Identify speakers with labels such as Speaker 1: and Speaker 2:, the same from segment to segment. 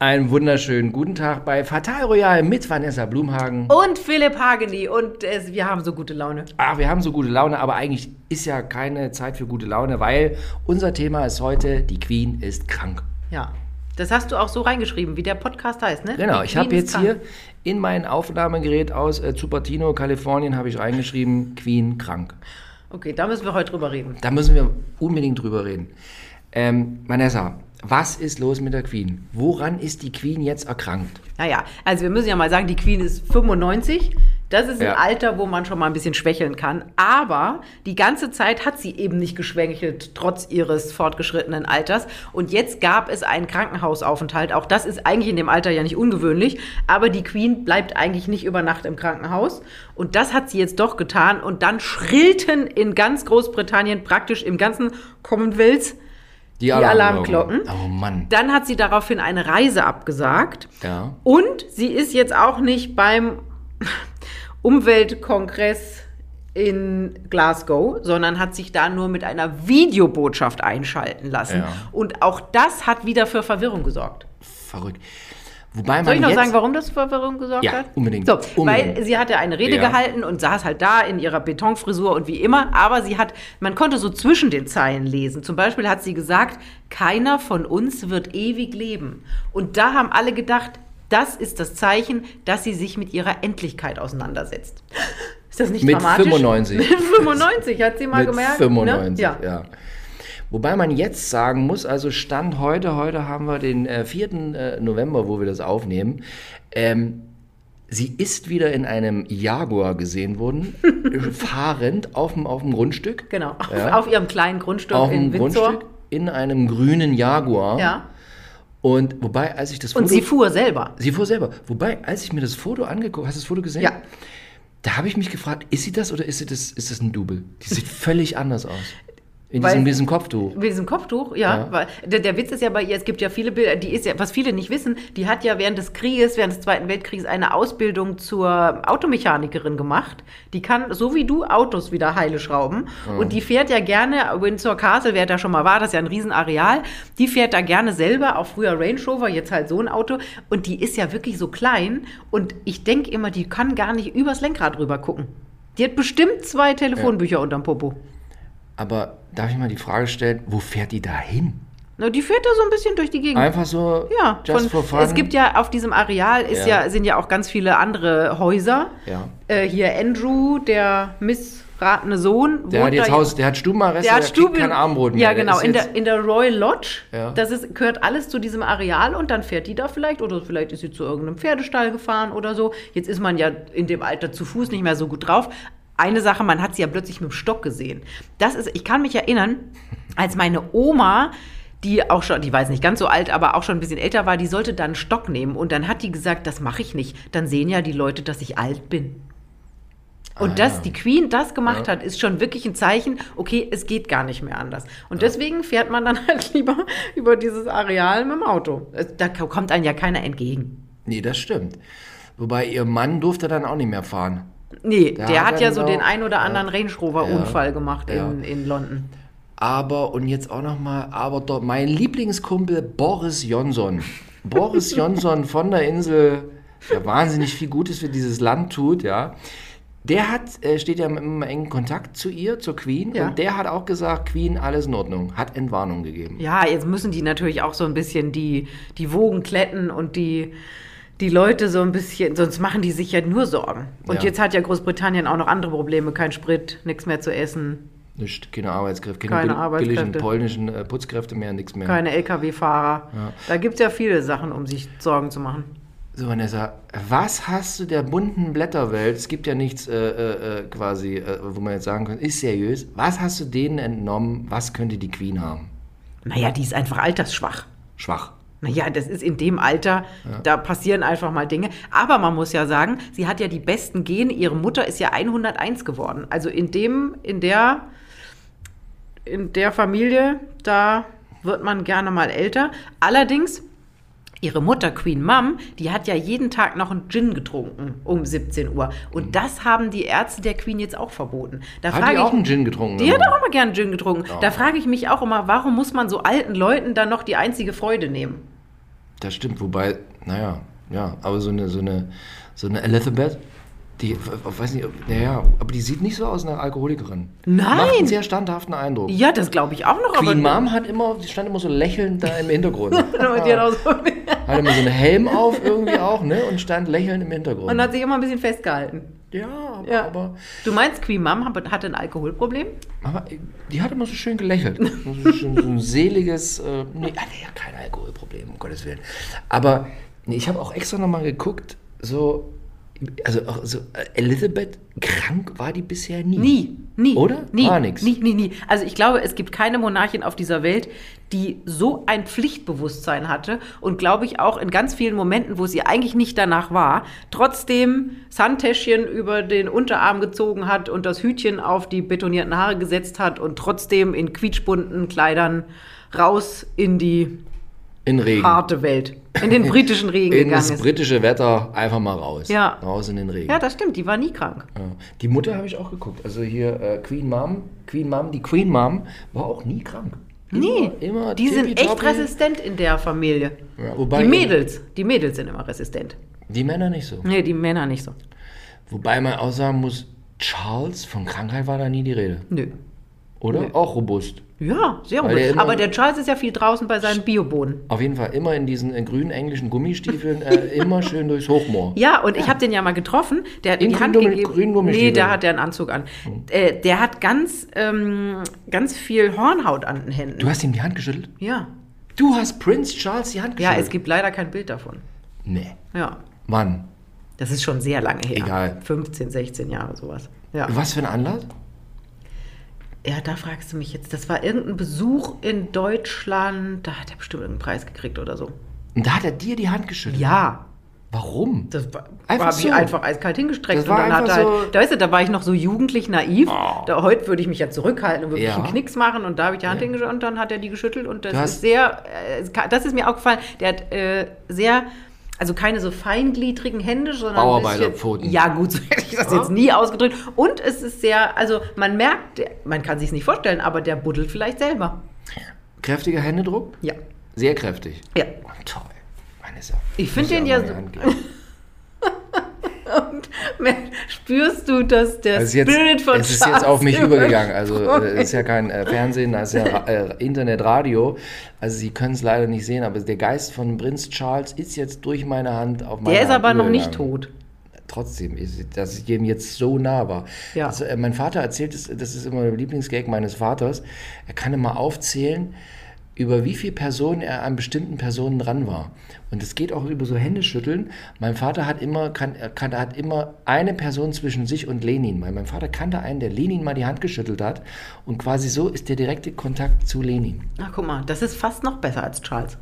Speaker 1: Einen wunderschönen guten Tag bei Fatal Royal mit Vanessa Blumhagen.
Speaker 2: Und Philipp Hageni. Und äh, wir haben so gute Laune.
Speaker 1: Ach, Ah, wir haben so gute Laune, aber eigentlich ist ja keine Zeit für gute Laune, weil unser Thema ist heute, die Queen ist krank.
Speaker 2: Ja. Das hast du auch so reingeschrieben, wie der Podcast heißt, ne?
Speaker 1: Genau,
Speaker 2: Die
Speaker 1: ich
Speaker 2: Queen
Speaker 1: habe
Speaker 2: ist
Speaker 1: jetzt
Speaker 2: krank.
Speaker 1: hier in mein Aufnahmegerät aus äh, Cupertino, Kalifornien, habe ich reingeschrieben, Queen krank.
Speaker 2: Okay, da müssen wir heute drüber reden.
Speaker 1: Da müssen wir unbedingt drüber reden. Ähm, Vanessa, was ist los mit der Queen? Woran ist die Queen jetzt erkrankt?
Speaker 2: Naja, also wir müssen ja mal sagen, die Queen ist 95. Das ist ein
Speaker 1: Ja.
Speaker 2: Alter, wo man schon mal ein bisschen schwächeln kann. Aber die ganze Zeit hat sie eben nicht geschwächelt, trotz ihres fortgeschrittenen Alters. Und jetzt gab es einen Krankenhausaufenthalt. Auch das ist eigentlich in dem Alter ja nicht ungewöhnlich. Aber die Queen bleibt eigentlich nicht über Nacht im Krankenhaus. Und das hat sie jetzt doch getan. Und dann schrillten in ganz Großbritannien, praktisch im ganzen Commonwealth,
Speaker 1: Die,
Speaker 2: Alarmglocken.
Speaker 1: Oh Mann.
Speaker 2: dann hat sie daraufhin eine Reise abgesagt.
Speaker 1: Ja.
Speaker 2: Und sie ist jetzt auch nicht beim Umweltkongress in Glasgow, sondern hat sich da nur mit einer Videobotschaft einschalten lassen.
Speaker 1: Ja.
Speaker 2: Und auch das hat wieder für Verwirrung gesorgt.
Speaker 1: Verrückt. Wobei man
Speaker 2: Soll ich noch
Speaker 1: jetzt,
Speaker 2: sagen, warum das für Verwirrung gesorgt
Speaker 1: Ja,
Speaker 2: hat?
Speaker 1: unbedingt.
Speaker 2: So,
Speaker 1: Unbedingt.
Speaker 2: weil sie hatte eine Rede
Speaker 1: Ja.
Speaker 2: gehalten und saß halt da in ihrer Betonfrisur und wie immer, aber sie hat, man konnte so zwischen den Zeilen lesen. Zum Beispiel hat sie gesagt, keiner von uns wird ewig leben. Und da haben alle gedacht, das ist das Zeichen, dass sie sich mit ihrer Endlichkeit auseinandersetzt. Ist das nicht
Speaker 1: Mit
Speaker 2: dramatisch?
Speaker 1: 95.
Speaker 2: Mit 95, hat sie mal
Speaker 1: mit
Speaker 2: gemerkt.
Speaker 1: 95,
Speaker 2: ne? ja.
Speaker 1: ja. Wobei man jetzt sagen muss, also Stand heute, heute haben wir den äh, 4. äh, November, wo wir das aufnehmen. Ähm, sie ist wieder in einem Jaguar gesehen worden, fahrend auf dem, auf dem Grundstück.
Speaker 2: Genau, auf,
Speaker 1: Ja.
Speaker 2: auf ihrem kleinen Grundstück
Speaker 1: Auf
Speaker 2: Genau, in
Speaker 1: dem
Speaker 2: Windsor.
Speaker 1: Grundstück in einem grünen Jaguar.
Speaker 2: Ja.
Speaker 1: Und wobei, als ich das Foto.
Speaker 2: Und sie fuhr selber.
Speaker 1: sie fuhr selber. Wobei, als ich mir das Foto angeguckt hast du das Foto gesehen?
Speaker 2: Ja.
Speaker 1: Da habe ich mich gefragt, ist sie das oder ist, sie das, ist das ein Double? Die sieht völlig anders aus. In
Speaker 2: Weil-
Speaker 1: diesem, in diesem Kopftuch.
Speaker 2: Mit diesem Kopftuch, ja.
Speaker 1: Ja.
Speaker 2: Weil der, der Witz ist ja bei ihr, es gibt ja viele Bilder, die ist ja, was viele nicht wissen, die hat ja während des Krieges, während des Zweiten Weltkriegs eine Ausbildung zur Automechanikerin gemacht. Die kann, so wie du, Autos wieder heile schrauben. Und die fährt ja gerne, Windsor Castle, wer da schon mal war, das ist ja ein Riesenareal, die fährt da gerne selber, auch früher Range Rover, jetzt halt so ein Auto. Und die ist ja wirklich so klein. Und ich denke immer, die kann gar nicht übers Lenkrad rüber gucken. Die hat bestimmt zwei Telefonbücher unterm Popo.
Speaker 1: Aber darf ich mal die Frage stellen, wo fährt die da hin?
Speaker 2: Na, die fährt da so ein bisschen durch die Gegend.
Speaker 1: Einfach so,
Speaker 2: Mhm. Ja,
Speaker 1: just
Speaker 2: von,
Speaker 1: for fun.
Speaker 2: es gibt ja auf diesem Areal ist
Speaker 1: Ja.
Speaker 2: ja. sind ja auch ganz viele andere Häuser.
Speaker 1: Ja.
Speaker 2: Äh, hier Andrew, der missratene Sohn,
Speaker 1: der hat
Speaker 2: wohnt
Speaker 1: jetzt
Speaker 2: da-
Speaker 1: Haus, der hat Stubenarrest,
Speaker 2: der hat
Speaker 1: kriegt
Speaker 2: Stube,
Speaker 1: kein Armbrot mehr.
Speaker 2: ja
Speaker 1: Der
Speaker 2: genau,
Speaker 1: ist
Speaker 2: in
Speaker 1: jetzt-
Speaker 2: der, in der Royal Lodge,
Speaker 1: Ja.
Speaker 2: das ist, gehört alles zu diesem Areal und dann fährt die da vielleicht oder vielleicht ist sie zu irgendeinem Pferdestall gefahren oder so. Jetzt ist man ja in dem Alter zu Fuß nicht mehr so gut drauf. Eine Sache, man hat sie ja plötzlich mit dem Stock gesehen. Das ist, ich kann mich erinnern, als meine Oma die auch schon, die war jetzt nicht ganz so alt, aber auch schon ein bisschen älter war, die sollte dann einen Stock nehmen. Und dann hat die gesagt, das mache ich nicht. Dann sehen ja die Leute, dass ich alt bin. Und
Speaker 1: Ah,
Speaker 2: dass
Speaker 1: ja.
Speaker 2: die Queen das gemacht hat, ist schon wirklich ein Zeichen, okay, es geht gar nicht mehr anders. Und deswegen fährt man dann halt lieber über dieses Areal mit dem Auto. Es- Da ko- kommt einem ja keiner entgegen.
Speaker 1: Nee, das stimmt. Wobei ihr Mann durfte dann auch nicht mehr fahren.
Speaker 2: Nee,
Speaker 1: Da
Speaker 2: der,
Speaker 1: hat
Speaker 2: hat ja
Speaker 1: dann
Speaker 2: so
Speaker 1: auch-
Speaker 2: den ein oder anderen Range Rover-Unfall gemacht
Speaker 1: Ja.
Speaker 2: in, in London.
Speaker 1: Aber, und jetzt auch nochmal, aber doch mein Lieblingskumpel Boris Johnson. Boris Johnson von der Insel, der wahnsinnig viel Gutes für dieses Land tut, ja. Der hat, äh, steht ja im im engen Kontakt zu ihr, zur Queen.
Speaker 2: Ja.
Speaker 1: Und der hat auch gesagt, Queen, alles in Ordnung. Hat Entwarnung gegeben.
Speaker 2: Ja, jetzt müssen die natürlich auch so ein bisschen die, die Wogen kletten und die, die Leute so ein bisschen, sonst machen die sich ja nur Sorgen. Und
Speaker 1: Ja.
Speaker 2: jetzt hat ja Großbritannien auch noch andere Probleme, kein Sprit, nichts mehr zu essen,
Speaker 1: Nicht, keine Arbeitskräfte,
Speaker 2: Keine
Speaker 1: keine, bill- billigen
Speaker 2: Arbeitskräfte.
Speaker 1: polnischen äh, Putzkräfte mehr, nichts mehr.
Speaker 2: keine Lkw-Fahrer. Da gibt es ja viele Sachen, um sich Sorgen zu machen.
Speaker 1: So, Vanessa, was hast du der bunten Blätterwelt, es gibt ja nichts äh, äh, äh, quasi, äh, wo man jetzt sagen kann, ist seriös, was hast du denen entnommen, was könnte die Queen haben?
Speaker 2: Naja, die ist einfach altersschwach.
Speaker 1: Schwach.
Speaker 2: Naja, das ist in dem Alter, da passieren einfach mal Dinge. Aber man muss ja sagen, sie hat ja die besten Gene. Ihre Mutter ist ja 101 geworden. Also in dem, in der, in der Familie, da wird man gerne mal älter. Allerdings, ihre Mutter, Queen Mum, die hat ja jeden Tag noch einen Gin getrunken um 17 Uhr. Und das haben die Ärzte der Queen jetzt auch verboten. Da
Speaker 1: Hat
Speaker 2: frage
Speaker 1: Mhm. die
Speaker 2: ich
Speaker 1: auch einen Gin getrunken? Also,
Speaker 2: die hat
Speaker 1: immer?
Speaker 2: auch immer gern Gin getrunken. Da frage ich mich auch immer, warum muss man so alten Leuten dann noch die einzige Freude nehmen?
Speaker 1: Das stimmt, wobei, naja, ja, aber so eine, so eine, so eine Elizabeth, die, ich weiß nicht, ob- naja, aber die sieht nicht so aus einer Alkoholikerin.
Speaker 2: Nein!
Speaker 1: Macht einen sehr standhaften Eindruck.
Speaker 2: Ja, das glaube ich auch noch.
Speaker 1: Queen
Speaker 2: aber
Speaker 1: Mom hat immer, die stand immer so lächelnd da im Hintergrund.
Speaker 2: Und die hat auch so-
Speaker 1: Hatte immer so einen Helm auf irgendwie auch, ne? Und stand lächelnd im Hintergrund.
Speaker 2: Und hat sich immer ein bisschen festgehalten.
Speaker 1: ja, aber,
Speaker 2: Ja.
Speaker 1: aber,
Speaker 2: Du meinst, Queen Mom hab- hatte ein Alkoholproblem?
Speaker 1: aber äh, die hat immer so schön gelächelt. so, schön, so ein seliges, äh, nee, hatte ja kein Alkoholproblem, um Gottes Willen. Aber nee, ich habe auch extra nochmal geguckt, so, also auch so, äh, Elizabeth, krank war die bisher nie.
Speaker 2: Nie, nie.
Speaker 1: Oder?
Speaker 2: Nie,
Speaker 1: Gar nichts.
Speaker 2: Nie, nie, nie. Also ich glaube, es gibt keine Monarchin auf dieser Welt, die so ein Pflichtbewusstsein hatte und glaube ich auch in ganz vielen Momenten, wo es ihr eigentlich nicht danach war, trotzdem Sandtäschchen über den Unterarm gezogen hat und das Hütchen auf die betonierten Haare gesetzt hat und trotzdem in quietschbunten Kleidern raus in die
Speaker 1: In Regen.
Speaker 2: harte Welt, in den britischen Regen
Speaker 1: in
Speaker 2: gegangen
Speaker 1: das
Speaker 2: ist.
Speaker 1: britische Wetter einfach mal raus.
Speaker 2: Ja.
Speaker 1: Raus in den Regen.
Speaker 2: Ja, das stimmt, die war nie krank.
Speaker 1: Ja. Äh, Die Mutter habe ich auch geguckt. Also hier äh, Queen Mom, Queen Mom, die Queen Mom war auch nie krank.
Speaker 2: Nee,
Speaker 1: immer, immer
Speaker 2: die sind echt
Speaker 1: tippitoppi.
Speaker 2: resistent in der Familie.
Speaker 1: Ja, wobei
Speaker 2: die Mädels, die Mädels sind immer resistent.
Speaker 1: Die Männer nicht so.
Speaker 2: Nee, die Männer nicht so.
Speaker 1: Wobei man auch sagen muss, Charles von Krankheit war da nie die Rede,
Speaker 2: Nö.
Speaker 1: oder? Auch robust.
Speaker 2: Ja, sehr
Speaker 1: Weil der
Speaker 2: gut.
Speaker 1: immer-
Speaker 2: Aber der Charles ist ja viel draußen bei seinen Biobohnen.
Speaker 1: Auf jeden Fall immer in diesen äh, grünen englischen Gummistiefeln, äh, immer schön durchs Hochmoor.
Speaker 2: Ja, und ich habe den ja mal getroffen. Der hat
Speaker 1: In
Speaker 2: in die Hand
Speaker 1: grünen Gummi-
Speaker 2: gegeben.
Speaker 1: grünen
Speaker 2: nee,
Speaker 1: Gummistiefeln.
Speaker 2: da hat er einen Anzug an. Äh, der hat ganz, ähm, ganz viel Hornhaut an den Händen.
Speaker 1: Du hast ihm die Hand geschüttelt?
Speaker 2: ja.
Speaker 1: Du hast Prince Charles die Hand
Speaker 2: Ja,
Speaker 1: geschüttelt?
Speaker 2: es gibt leider kein Bild davon.
Speaker 1: Nee.
Speaker 2: Ja.
Speaker 1: Mann,
Speaker 2: Das ist schon sehr lange her.
Speaker 1: Egal.
Speaker 2: 15, 16 Jahre sowas. Ja.
Speaker 1: was für ein Anlass?
Speaker 2: Ja, da fragst du mich jetzt. Das war irgendein Besuch in Deutschland. Da hat er bestimmt irgendeinen Preis gekriegt oder so.
Speaker 1: Und da hat er dir die Hand geschüttelt.
Speaker 2: Ja,
Speaker 1: Warum?
Speaker 2: das war,
Speaker 1: Einfach
Speaker 2: hab
Speaker 1: so.
Speaker 2: ich einfach eiskalt hingestreckt.
Speaker 1: Das war
Speaker 2: und dann hat
Speaker 1: einfach
Speaker 2: er halt,
Speaker 1: so- Oh.
Speaker 2: da, weißt du, da war ich noch so jugendlich naiv. Da, heute würde ich mich ja zurückhalten und wirklich
Speaker 1: Ja.
Speaker 2: einen Knicks machen. Und da habe ich die Hand hingeschüttelt und dann hat er die geschüttelt. Und
Speaker 1: Du
Speaker 2: das
Speaker 1: hast-
Speaker 2: ist sehr, äh, es ka- das ist mir auch gefallen. Der hat äh, sehr, also keine so feingliedrigen Hände, sondern ein
Speaker 1: Bauarbeiterpfoten.
Speaker 2: bisschen- Ja, gut, so hätte ich das
Speaker 1: Ja.
Speaker 2: jetzt nie ausgedrückt. Und es ist sehr, also man merkt, der- man kann sich nicht vorstellen, aber der buddelt vielleicht selber.
Speaker 1: Kräftiger Händedruck?
Speaker 2: Ja,
Speaker 1: Sehr kräftig.
Speaker 2: ja.
Speaker 1: Oh, toll. Meine Sache.
Speaker 2: Ich find
Speaker 1: Muss
Speaker 2: den
Speaker 1: auch
Speaker 2: ja
Speaker 1: mal
Speaker 2: so-
Speaker 1: in die Hand geben.
Speaker 2: Spürst du, dass der
Speaker 1: Es ist Also jetzt,
Speaker 2: Spirit von
Speaker 1: es ist
Speaker 2: Charles
Speaker 1: jetzt auf mich
Speaker 2: über-
Speaker 1: übergegangen. Also äh, es ist ja kein äh, Fernsehen, das ist ja Ra- äh, Internetradio. Also Sie können es leider nicht sehen, aber der Geist von Prinz Charles ist jetzt durch meine Hand auf meine
Speaker 2: Der ist
Speaker 1: Hand
Speaker 2: aber noch nicht
Speaker 1: übergegangen.
Speaker 2: tot.
Speaker 1: Trotzdem, ist, dass ich dem jetzt so nah war.
Speaker 2: Ja.
Speaker 1: Also, äh, mein Vater erzählt, es, das ist immer der Lieblingsgag meines Vaters, er kann immer aufzählen, über wie viele Personen er an bestimmten Personen dran war. Und es geht auch über so Händeschütteln. Mein Vater hat immer, kann, er kann, er hat immer eine Person zwischen sich und Lenin. Weil mein Vater kannte einen, der Lenin mal die Hand geschüttelt hat. Und quasi so ist der direkte Kontakt zu Lenin.
Speaker 2: Ach, guck mal, das ist fast noch besser als Charles.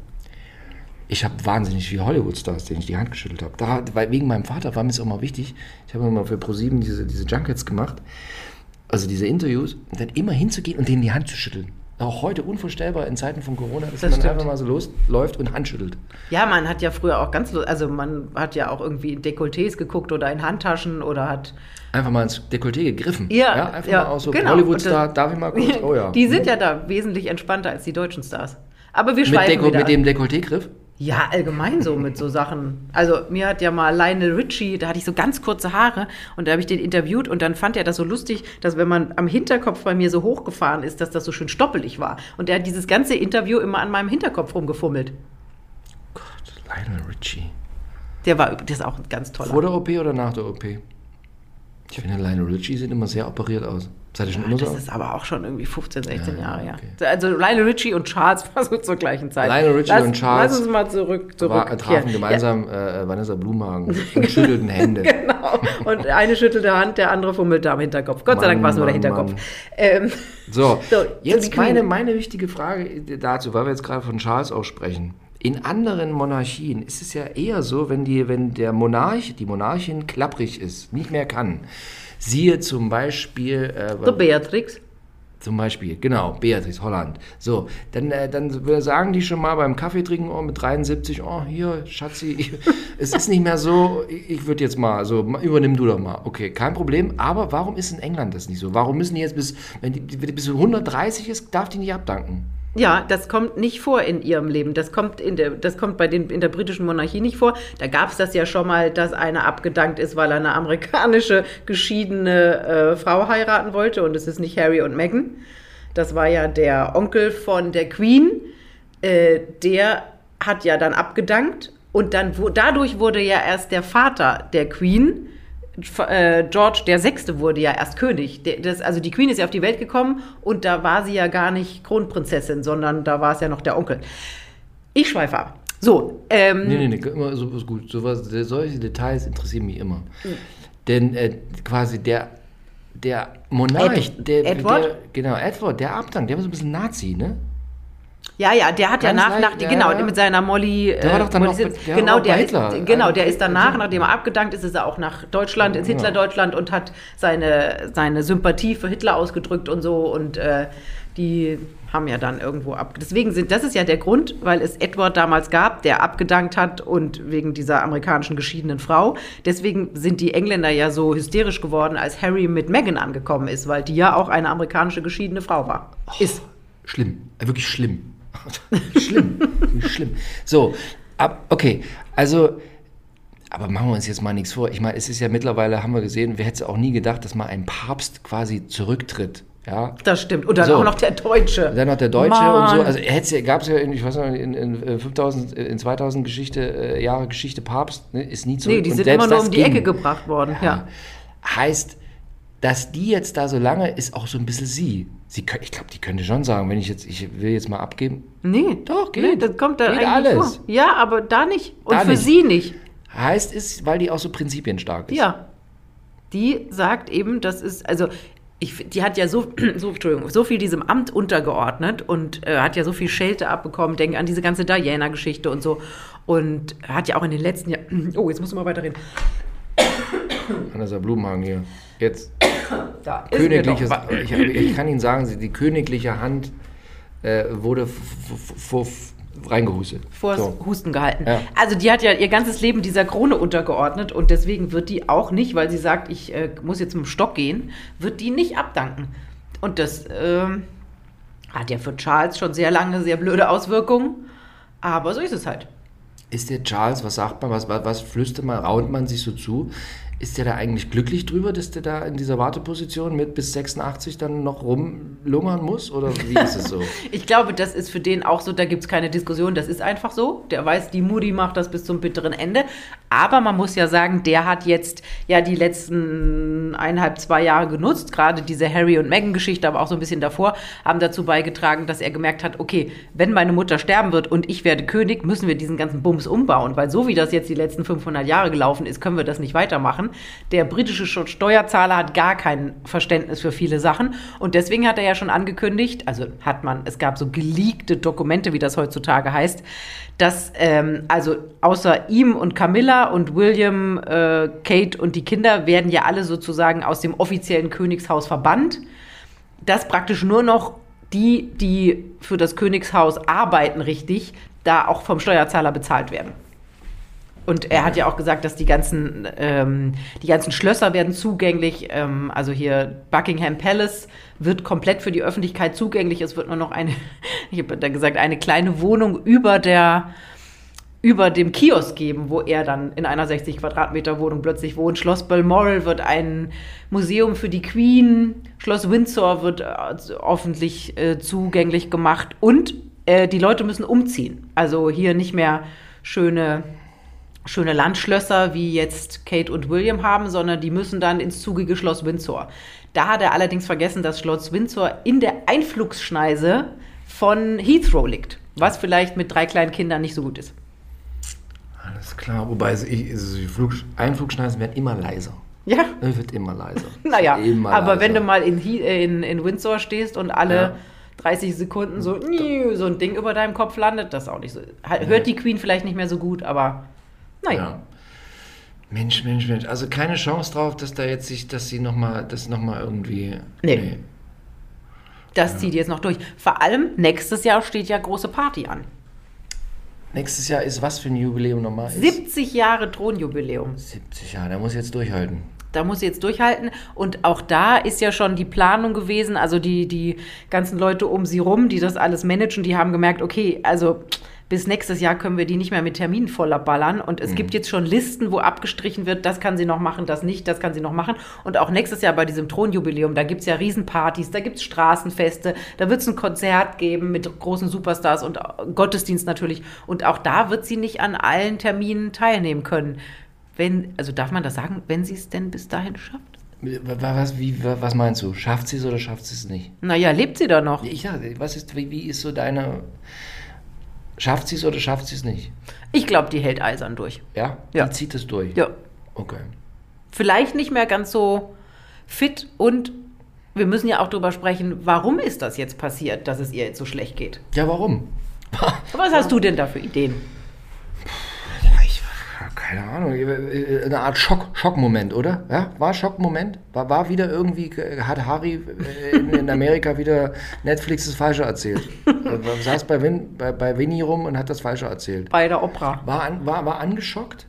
Speaker 1: Ich habe wahnsinnig viele Hollywood-Stars, denen ich die Hand geschüttelt habe. Da, weil wegen meinem Vater war mir es auch mal wichtig. Ich habe immer für ProSieben diese, diese Junkets gemacht, also diese Interviews, und dann immer hinzugehen und denen die Hand zu schütteln. Auch heute unvorstellbar in Zeiten von Corona, dass
Speaker 2: Das
Speaker 1: man
Speaker 2: stimmt.
Speaker 1: einfach mal so losläuft und Hand schüttelt.
Speaker 2: Ja, man hat ja früher auch ganz, lo- also man hat ja auch irgendwie in Dekolletés geguckt oder in Handtaschen oder hat.
Speaker 1: Einfach mal ins Dekolleté gegriffen.
Speaker 2: Ja,
Speaker 1: einfach
Speaker 2: ja,
Speaker 1: mal auch so
Speaker 2: genau.
Speaker 1: Hollywood-Star,
Speaker 2: Und
Speaker 1: darf ich mal kurz? Oh ja.
Speaker 2: Die sind ja da wesentlich entspannter als die deutschen Stars. Aber wir
Speaker 1: mit,
Speaker 2: schweifen
Speaker 1: Deko,
Speaker 2: wieder
Speaker 1: mit
Speaker 2: ab.
Speaker 1: dem Dekolleté-Griff?
Speaker 2: Ja, allgemein so mit so Sachen. Also mir hat ja mal Lionel Richie, da hatte ich so ganz kurze Haare und da habe ich den interviewt und dann fand er das so lustig, dass wenn man am Hinterkopf bei mir so hochgefahren ist, dass das so schön stoppelig war. Und er hat dieses ganze Interview immer an meinem Hinterkopf rumgefummelt.
Speaker 1: Gott, Lionel Richie.
Speaker 2: Der war übrigens auch ein ganz toller.
Speaker 1: Vor der OP oder nach der OP? Ich finde, Lionel Richie sieht immer sehr operiert aus. Seid ihr schon immer so?
Speaker 2: Das
Speaker 1: aus?
Speaker 2: ist aber auch schon irgendwie 15, 16
Speaker 1: Ja,
Speaker 2: Jahre, ja.
Speaker 1: okay.
Speaker 2: Also Lionel Richie und Charles war so zur gleichen Zeit.
Speaker 1: Lionel Richie
Speaker 2: lass,
Speaker 1: und Charles
Speaker 2: Lass uns mal zurück,
Speaker 1: war,
Speaker 2: zurück.
Speaker 1: trafen gemeinsam äh, Vanessa Blumhagen und schüttelten Hände.
Speaker 2: Genau. Und eine schüttelte Hand, der andere fummelte am Hinterkopf. Gott sei
Speaker 1: Mann,
Speaker 2: Dank war es nur der
Speaker 1: Mann,
Speaker 2: Hinterkopf.
Speaker 1: Mann.
Speaker 2: Ähm,
Speaker 1: So,
Speaker 2: So, zu
Speaker 1: jetzt
Speaker 2: den Queen.
Speaker 1: meine, meine wichtige Frage dazu, weil wir jetzt gerade von Charles auch sprechen. In anderen Monarchien ist es ja eher so, wenn, die, wenn der Monarch, die Monarchin klapprig ist, nicht mehr kann. Siehe zum Beispiel, äh,
Speaker 2: so Beatrix.
Speaker 1: zum Beispiel, genau, Beatrice, Holland. So, dann, äh, dann wir sagen die schon mal beim Kaffee trinken oh, mit 73, oh, hier, Schatzi, ich, es ist nicht mehr so, ich, ich würde jetzt mal, so, ma- übernimm du doch mal. Okay, kein Problem, aber warum ist in England das nicht so? Warum müssen die jetzt bis, wenn die, die- bis sie 130 ist, darf die nicht abdanken?
Speaker 2: Ja, das kommt nicht vor in ihrem Leben. Das kommt in der, das kommt bei den, in der britischen Monarchie nicht vor. Da gab es das ja schon mal, dass einer abgedankt ist, weil er eine amerikanische geschiedene äh, Frau heiraten wollte und es ist nicht Harry und Meghan. Das war ja der Onkel von der Queen. Äh, der hat ja dann abgedankt und dann wo, dadurch wurde ja erst der Vater der Queen äh, George der Sechste wurde ja erst König. Der, das, also die Queen ist ja auf die Welt gekommen und da war sie ja gar nicht Kronprinzessin, sondern da war es ja noch der Onkel. Ich schweife ab. So, ähm,
Speaker 1: Nee, nee, nee, immer so ist gut. Sowas, solche Details interessieren mich immer.
Speaker 2: Mhm.
Speaker 1: Denn äh, quasi der, der Monarch,
Speaker 2: Ed-
Speaker 1: der,
Speaker 2: Edward?
Speaker 1: der, genau, Edward, der Abdank, der war so ein bisschen Nazi, ne?
Speaker 2: ja, ja, der hat ja
Speaker 1: Ganz
Speaker 2: nach,
Speaker 1: leicht,
Speaker 2: nach die,
Speaker 1: ja,
Speaker 2: genau,
Speaker 1: ja.
Speaker 2: mit seiner Molly.
Speaker 1: Der war doch dann
Speaker 2: Molly
Speaker 1: noch
Speaker 2: Sims.
Speaker 1: mit- der war
Speaker 2: genau,
Speaker 1: auch bei
Speaker 2: der
Speaker 1: Hitler.
Speaker 2: ist, genau, der
Speaker 1: Eigentlich-
Speaker 2: ist danach, nachdem er abgedankt ist, ist er auch nach Deutschland, ins
Speaker 1: Ja.
Speaker 2: Hitlerdeutschland und hat seine, seine Sympathie für Hitler ausgedrückt und so und äh, die haben ja dann irgendwo ab. Deswegen sind, das ist ja der Grund, weil es Edward damals gab, der abgedankt hat und wegen dieser amerikanischen geschiedenen Frau. Deswegen sind die Engländer ja so hysterisch geworden, als Harry mit Meghan angekommen ist, weil die ja auch eine amerikanische geschiedene Frau war. Ist.
Speaker 1: Schlimm, äh, wirklich schlimm. schlimm, wirklich schlimm. So, ab, okay, also, aber machen wir uns jetzt mal nichts vor. Ich meine, es ist ja mittlerweile, haben wir gesehen, wir hätten es auch nie gedacht, dass mal ein Papst quasi zurücktritt. Ja,
Speaker 2: Das stimmt. Und dann
Speaker 1: So.
Speaker 2: auch noch der Deutsche.
Speaker 1: Und dann noch der Deutsche
Speaker 2: Mann.
Speaker 1: und so. Also hätte gab es ja, in, ich weiß noch, in, in, äh, 5000, äh, in 2000 Geschichte, äh, Jahre Geschichte Papst, ne, ist nie zurück.
Speaker 2: nee, die
Speaker 1: Und
Speaker 2: sind
Speaker 1: selbst
Speaker 2: immer nur
Speaker 1: das
Speaker 2: um die
Speaker 1: ging.
Speaker 2: Ecke gebracht worden. Ja.
Speaker 1: Äh, Heißt, dass die jetzt da so lange, ist auch so ein bisschen sie. sie kö- ich glaube, die könnte schon sagen, wenn ich jetzt, ich will jetzt mal abgeben.
Speaker 2: Nee.
Speaker 1: Doch, geht.
Speaker 2: Nee, das kommt da
Speaker 1: Geht
Speaker 2: eigentlich
Speaker 1: alles.
Speaker 2: vor. Ja, aber da nicht. Und
Speaker 1: Da
Speaker 2: für
Speaker 1: nicht.
Speaker 2: sie nicht.
Speaker 1: Heißt ist, weil die auch so prinzipienstark ist.
Speaker 2: Ja. Die sagt eben, das ist, also, ich, f- die hat ja so, so, Entschuldigung, so viel diesem Amt untergeordnet und äh, hat ja so viel Schelte abbekommen. Denk an diese ganze Diana-Geschichte und so. Und hat ja auch in den letzten Jahren. Oh, jetzt musst du mal weiterreden.
Speaker 1: Anders der Blumenhagen hier. Jetzt
Speaker 2: Da ist mir doch
Speaker 1: königliches.
Speaker 2: was.
Speaker 1: Ich, ich kann Ihnen sagen, sie- die königliche Hand äh, wurde vor reingehustet.
Speaker 2: vors
Speaker 1: So.
Speaker 2: Husten gehalten.
Speaker 1: Ja.
Speaker 2: Also die hat ja ihr ganzes Leben dieser Krone untergeordnet und deswegen wird die auch nicht, weil sie sagt, ich äh, muss jetzt mit dem Stock gehen, wird die nicht abdanken. Und das ähm, hat ja für Charles schon sehr lange sehr blöde Auswirkungen, aber so ist es halt.
Speaker 1: Ist der Charles, was sagt man, was, was, was flüstert man, raunt man sich so zu? Ist der da eigentlich glücklich drüber, dass der da in dieser Warteposition mit bis 86 dann noch rumlungern muss? Oder wie ist es so?
Speaker 2: Ich glaube, das ist für den auch so, da gibt es keine Diskussion, das ist einfach so. Der weiß, die Moody macht das bis zum bitteren Ende. Aber man muss ja sagen, der hat jetzt ja die letzten eineinhalb, zwei Jahre genutzt. Gerade diese Harry und Meghan-Geschichte, aber auch so ein bisschen davor, haben dazu beigetragen, dass er gemerkt hat, okay, wenn meine Mutter sterben wird und ich werde König, müssen wir diesen ganzen Bums umbauen. Weil so wie das jetzt die letzten 500 Jahre gelaufen ist, können wir das nicht weitermachen. Der britische Sch- Steuerzahler hat gar kein Verständnis für viele Sachen. Und deswegen hat er ja schon angekündigt, also hat man, es gab so geleakte Dokumente, wie das heutzutage heißt, dass ähm, also außer ihm und Camilla und William, äh, Kate und die Kinder werden ja alle sozusagen aus dem offiziellen Königshaus verbannt dass praktisch nur noch die, die für das Königshaus arbeiten, richtig, da auch vom Steuerzahler bezahlt werden. Und er hat ja auch gesagt, dass die ganzen, ähm, die ganzen Schlösser werden zugänglich. Ähm, also hier Buckingham Palace wird komplett für die Öffentlichkeit zugänglich. Es wird nur noch eine, ich habe da gesagt, eine kleine Wohnung über der über dem Kiosk geben, wo er dann in einer 60 Quadratmeter Wohnung plötzlich wohnt. Schloss Balmoral wird ein Museum für die Queen. Schloss Windsor wird äh, öffentlich äh, zugänglich gemacht und äh, die Leute müssen umziehen. Also hier nicht mehr schöne schöne Landschlösser wie jetzt Kate und William haben, sondern die müssen dann ins zugige Schloss Windsor. Da hat er allerdings vergessen, dass Schloss Windsor in der Einflugsschneise von Heathrow liegt, was vielleicht mit drei kleinen Kindern nicht so gut ist.
Speaker 1: Alles klar, wobei es- ich- es- die Flug, Einflugschneisen werden immer leiser.
Speaker 2: Ja.
Speaker 1: Es wird immer leiser.
Speaker 2: Naja,
Speaker 1: Immer
Speaker 2: aber
Speaker 1: eh leiser.
Speaker 2: wenn du mal in, He- äh, in, in Windsor stehst und alle
Speaker 1: Ja.
Speaker 2: 30 Sekunden so, niu, so ein Ding über deinem Kopf landet, das ist auch nicht so. Halt, Hört die Queen vielleicht nicht mehr so gut, aber naja.
Speaker 1: Ja. Mensch, Mensch, Mensch. Also keine Chance drauf, dass da jetzt sich, dass sie nochmal, das nochmal irgendwie.
Speaker 2: Nee. Das zieht jetzt noch durch. Vor allem nächstes Jahr steht ja große Party an.
Speaker 1: Nächstes Jahr ist was für ein Jubiläum nochmal? Ist-
Speaker 2: 70 Jahre Thronjubiläum.
Speaker 1: 70 Jahre, der muss jetzt durchhalten.
Speaker 2: da muss sie jetzt durchhalten. Und auch da ist ja schon die Planung gewesen, also die, die ganzen Leute um sie rum, die das alles managen, die haben gemerkt, okay, also bis nächstes Jahr können wir die nicht mehr mit Terminen voller ballern. Und es gibt jetzt schon Listen, wo abgestrichen wird, das kann sie noch machen, das nicht, das kann sie noch machen. Und auch nächstes Jahr bei diesem Thronjubiläum, da gibt es ja Riesenpartys, da gibt es Straßenfeste, da wird es ein Konzert geben mit großen Superstars und Gottesdienst natürlich. Und auch da wird sie nicht an allen Terminen teilnehmen können. Wenn, also darf man das sagen, wenn sie es denn bis dahin schafft?
Speaker 1: Was, wie, wa- was meinst du? Schafft sie es oder schafft sie es nicht?
Speaker 2: Naja, lebt sie da noch?
Speaker 1: Ich, ja, was ist, wie, wie ist so deine. Schafft sie es oder schafft sie es nicht?
Speaker 2: Ich glaube, die hält eisern durch.
Speaker 1: Ja?
Speaker 2: Ja.
Speaker 1: Die zieht es durch.
Speaker 2: Ja.
Speaker 1: Okay.
Speaker 2: vielleicht nicht mehr ganz so fit und wir müssen ja auch drüber sprechen, warum ist das jetzt passiert, dass es ihr jetzt so schlecht geht?
Speaker 1: Ja, warum?
Speaker 2: Was hast du denn da für Ideen?
Speaker 1: Ich, keine Ahnung, äh, eine Art Schock, Schockmoment, oder? Ja, war Schockmoment? War, war wieder irgendwie, hat Harry äh, in, in Amerika wieder Netflix das Falsche erzählt? Äh, Saß bei, Win, bei, bei Winnie rum und hat das Falsche erzählt.
Speaker 2: Bei der Opera.
Speaker 1: War, an, war, war angeschockt?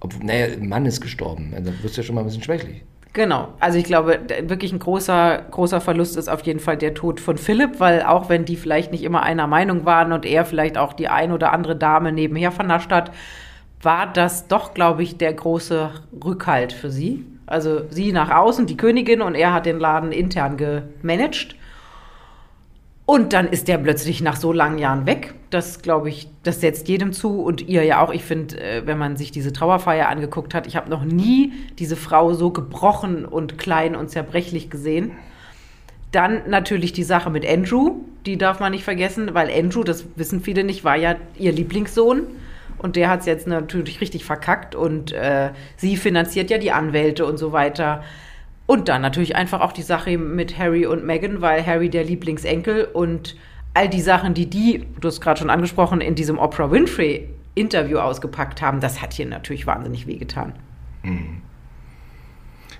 Speaker 1: Obwohl, naja, ein Mann ist gestorben. Also, Da wirst du ja schon mal ein bisschen schwächlich.
Speaker 2: Genau. Also ich glaube, d- wirklich ein großer, großer Verlust ist auf jeden Fall der Tod von Philipp, weil auch wenn die vielleicht nicht immer einer Meinung waren und er vielleicht auch die ein oder andere Dame nebenher vernascht hat, war das doch, glaube ich, der große Rückhalt für sie. Also sie nach außen, die Königin, und er hat den Laden intern gemanagt. Und dann ist der plötzlich nach so langen Jahren weg. Das glaube ich, das setzt jedem zu und ihr ja auch. Ich finde, äh, wenn man sich diese Trauerfeier angeguckt hat, ich habe noch nie diese Frau so gebrochen und klein und zerbrechlich gesehen. Dann natürlich die Sache mit Andrew, die darf man nicht vergessen, weil Andrew, das wissen viele nicht, war ja ihr Lieblingssohn. Und der hat es jetzt natürlich richtig verkackt und äh, sie finanziert ja die Anwälte und so weiter. Und dann natürlich einfach auch die Sache mit Harry und Meghan, weil Harry der Lieblingsenkel und all die Sachen, die die, du hast gerade schon angesprochen, in diesem Oprah Winfrey Interview ausgepackt haben, das hat hier natürlich wahnsinnig wehgetan.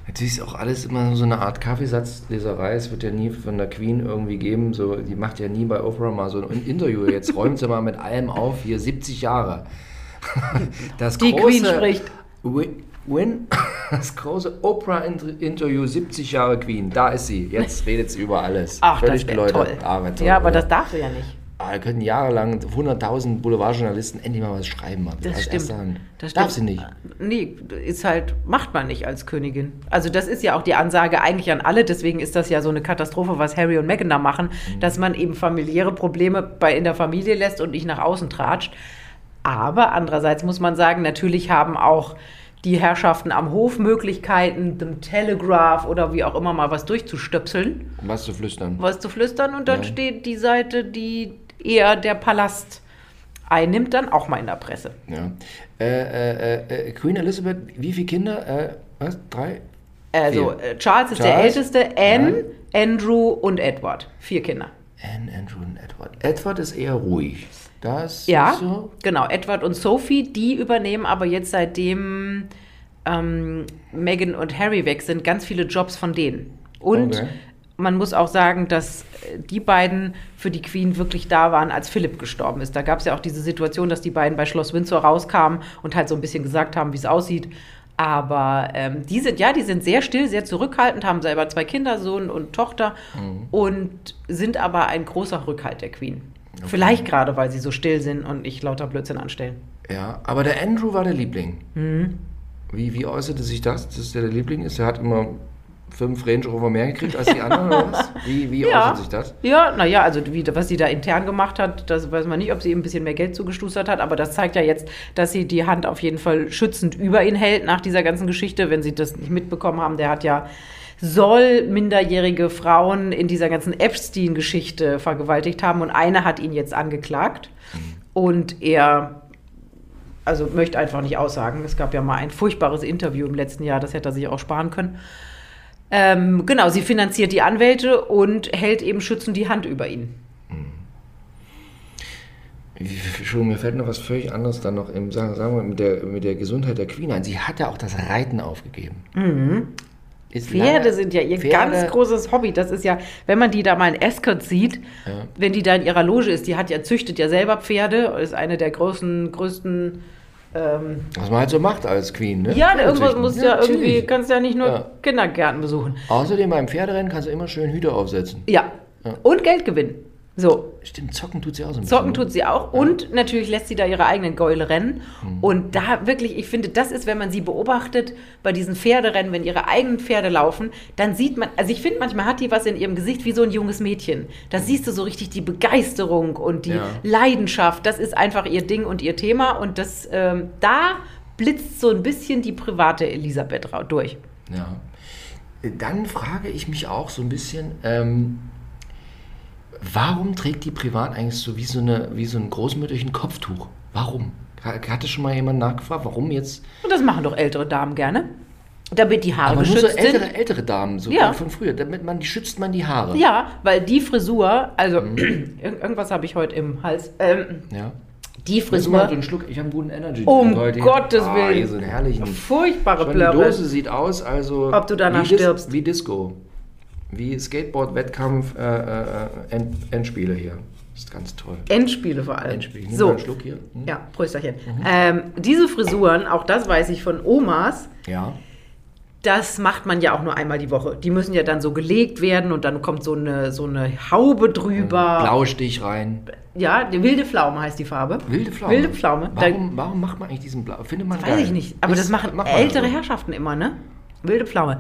Speaker 1: Natürlich ist auch alles immer so eine Art Kaffeesatzleserei. Es wird ja nie von der Queen irgendwie geben. So, die macht ja nie bei Oprah mal so ein Interview. Jetzt räumt sie mal mit allem auf. Hier 70 Jahre. Das
Speaker 2: Die
Speaker 1: große
Speaker 2: Queen spricht.
Speaker 1: Win, win, das große Oprah-Interview 70 Jahre Queen. Da ist sie. Jetzt redet sie über alles.
Speaker 2: Ach,
Speaker 1: Völlig
Speaker 2: das wäre
Speaker 1: geläutert.
Speaker 2: toll.
Speaker 1: Ah, wär toll,
Speaker 2: Ja, aber
Speaker 1: oder?
Speaker 2: das darf er ja nicht.
Speaker 1: Ah, da könnten jahrelang 100.000 Boulevardjournalisten endlich mal was schreiben. Mann.
Speaker 2: Das
Speaker 1: Aus
Speaker 2: stimmt.
Speaker 1: erster Hand.
Speaker 2: Das
Speaker 1: Darf sie
Speaker 2: stimmt.
Speaker 1: nicht.
Speaker 2: Nee, ist halt, macht man nicht als Königin. Also das ist ja auch die Ansage eigentlich an alle, deswegen ist das ja so eine Katastrophe, was Harry und Meghan da machen,
Speaker 1: Mhm.
Speaker 2: dass man eben familiäre Probleme bei, in der Familie lässt und nicht nach außen tratscht. Aber andererseits muss man sagen, natürlich haben auch die Herrschaften am Hof Möglichkeiten, dem Telegraph oder wie auch immer mal was durchzustöpseln
Speaker 1: Um was zu flüstern.
Speaker 2: was zu flüstern und dann
Speaker 1: Ja.
Speaker 2: steht die Seite, die eher der Palast einnimmt, dann auch mal in der Presse.
Speaker 1: Ja. Äh, äh, äh, Queen Elizabeth, wie viele Kinder? Äh, was? Drei?
Speaker 2: Also
Speaker 1: Vier.
Speaker 2: äh, Charles ist der
Speaker 1: Charles,
Speaker 2: Älteste, Anne, Andrew und Edward. Vier Kinder.
Speaker 1: Anne, Andrew und Edward. Edward ist eher ruhig. Das
Speaker 2: Ja,
Speaker 1: ist so.
Speaker 2: genau. Edward und Sophie, die übernehmen aber jetzt seitdem ähm, Meghan und Harry weg sind, ganz viele Jobs von denen. Und
Speaker 1: Okay.
Speaker 2: man muss auch sagen, dass äh, die beiden für die Queen wirklich da waren, als Philipp gestorben ist. Da gab es ja auch diese Situation, dass die beiden bei Schloss Windsor rauskamen und halt so ein bisschen gesagt haben, wie es aussieht. Aber ähm, die sind, ja, die sind sehr still, sehr zurückhaltend, haben selber zwei Kinder, Sohn und Tochter und sind aber ein großer Rückhalt der Queen. Vielleicht gerade, weil sie so still sind und nicht lauter Blödsinn anstellen.
Speaker 1: Ja, aber der Andrew war der Liebling.
Speaker 2: Hm.
Speaker 1: Wie, wie äußerte sich das, dass der der Liebling ist? Er hat immer fünf Range Rover mehr gekriegt als die anderen oder was? Wie, wie äußert sich das?
Speaker 2: Ja, naja, also wie, was sie da intern gemacht hat, das weiß man nicht, ob sie ihm ein bisschen mehr Geld zugestustert hat, aber das zeigt ja jetzt, dass sie die Hand auf jeden Fall schützend über ihn hält nach dieser ganzen Geschichte, wenn sie das nicht mitbekommen haben. Der hat ja soll minderjährige Frauen in dieser ganzen Epstein-Geschichte vergewaltigt haben und eine hat ihn jetzt angeklagt und er also möchte einfach nicht aussagen. Es gab ja mal ein furchtbares Interview im letzten Jahr, das hätte er sich auch sparen können. Ähm, genau, sie finanziert die Anwälte und hält eben schützend die Hand über ihn.
Speaker 1: Entschuldigung, mir fällt noch was völlig anderes dann noch im, sagen sagen wir mal, mit der, mit der Gesundheit der Queen ein. Sie hat ja auch das Reiten aufgegeben. Ist
Speaker 2: Mhm. Pferde
Speaker 1: lange-
Speaker 2: sind ja ihr
Speaker 1: Pferde-
Speaker 2: ganz großes Hobby. Das ist ja, wenn man die da mal in Ascot sieht, wenn die da in ihrer Loge ist, die hat ja, züchtet ja selber Pferde, ist eine der großen, größten Ähm,
Speaker 1: Was man halt so macht als Queen, ne?
Speaker 2: ja, irgendwas
Speaker 1: natürlich.
Speaker 2: muss ja irgendwie,
Speaker 1: natürlich.
Speaker 2: kannst ja nicht nur
Speaker 1: Ja.
Speaker 2: Kindergärten besuchen.
Speaker 1: Außerdem beim Pferderennen kannst du immer schön Hüte aufsetzen.
Speaker 2: Ja. Und Geld gewinnen. So,
Speaker 1: Stimmt, zocken tut sie auch so ein
Speaker 2: Zocken
Speaker 1: bisschen.
Speaker 2: tut sie auch und natürlich lässt sie da ihre eigenen Gäule rennen.
Speaker 1: Mhm.
Speaker 2: Und da wirklich, ich finde, das ist, wenn man sie beobachtet bei diesen Pferderennen, wenn ihre eigenen Pferde laufen, dann sieht man, also ich finde, manchmal hat die was in ihrem Gesicht wie so ein junges Mädchen. Da siehst du so richtig die Begeisterung und die
Speaker 1: Ja.
Speaker 2: Leidenschaft. Das ist einfach ihr Ding und ihr Thema. Und das, ähm, da blitzt so ein bisschen die private Elisabeth ra- durch.
Speaker 1: ne? Ja. Äh, Dann frage ich mich auch so ein bisschen, ähm, warum trägt die privat eigentlich so wie so, eine, wie so ein großmütterchen Kopftuch? Warum? Ha- Hatte schon mal jemand nachgefragt, warum jetzt?
Speaker 2: Und das machen doch ältere Damen gerne, damit die Haare
Speaker 1: Aber nur
Speaker 2: geschützt
Speaker 1: so
Speaker 2: sind.
Speaker 1: ältere, ältere Damen, so
Speaker 2: Ja.
Speaker 1: von früher, damit man, die schützt man die Haare.
Speaker 2: Ja, weil die Frisur, also
Speaker 1: Mhm.
Speaker 2: irg- irgendwas habe ich heute im Hals. Ähm,
Speaker 1: ja.
Speaker 2: die
Speaker 1: Willst du mal so
Speaker 2: Frisur,
Speaker 1: einen Schluck? Ich habe einen guten Energy.
Speaker 2: Um
Speaker 1: Drink heute.
Speaker 2: Gottes Willen.
Speaker 1: hier so einen herrlichen.
Speaker 2: furchtbare
Speaker 1: Schon die Dose
Speaker 2: Blöre.
Speaker 1: sieht aus, also.
Speaker 2: Ob du danach
Speaker 1: wie Dis-
Speaker 2: stirbst.
Speaker 1: Wie Disco. Wie Skateboard-Wettkampf, äh, äh, äh, End Endspiele hier. Ist ganz toll.
Speaker 2: Endspiele vor allem.
Speaker 1: Endspiele. Ich nehme mal
Speaker 2: so,
Speaker 1: einen Schluck hier. Hm?
Speaker 2: ja, Prösterchen. Ähm, diese Frisuren, auch das weiß ich von Omas,
Speaker 1: Ja.
Speaker 2: das macht man ja auch nur einmal die Woche. Die müssen ja dann so gelegt werden und dann kommt so eine, so eine Haube
Speaker 1: Mhm.
Speaker 2: drüber.
Speaker 1: Blaustich rein.
Speaker 2: Ja, die wilde Pflaume heißt die Farbe.
Speaker 1: Wilde Pflaume.
Speaker 2: Wilde Pflaume. Da-
Speaker 1: Warum, warum macht man eigentlich diesen Blau? Findet man
Speaker 2: Weiß
Speaker 1: geil.
Speaker 2: ich nicht. Aber
Speaker 1: Ist-
Speaker 2: das machen
Speaker 1: macht man
Speaker 2: ältere
Speaker 1: so.
Speaker 2: Herrschaften immer, ne? Wilde Pflaume.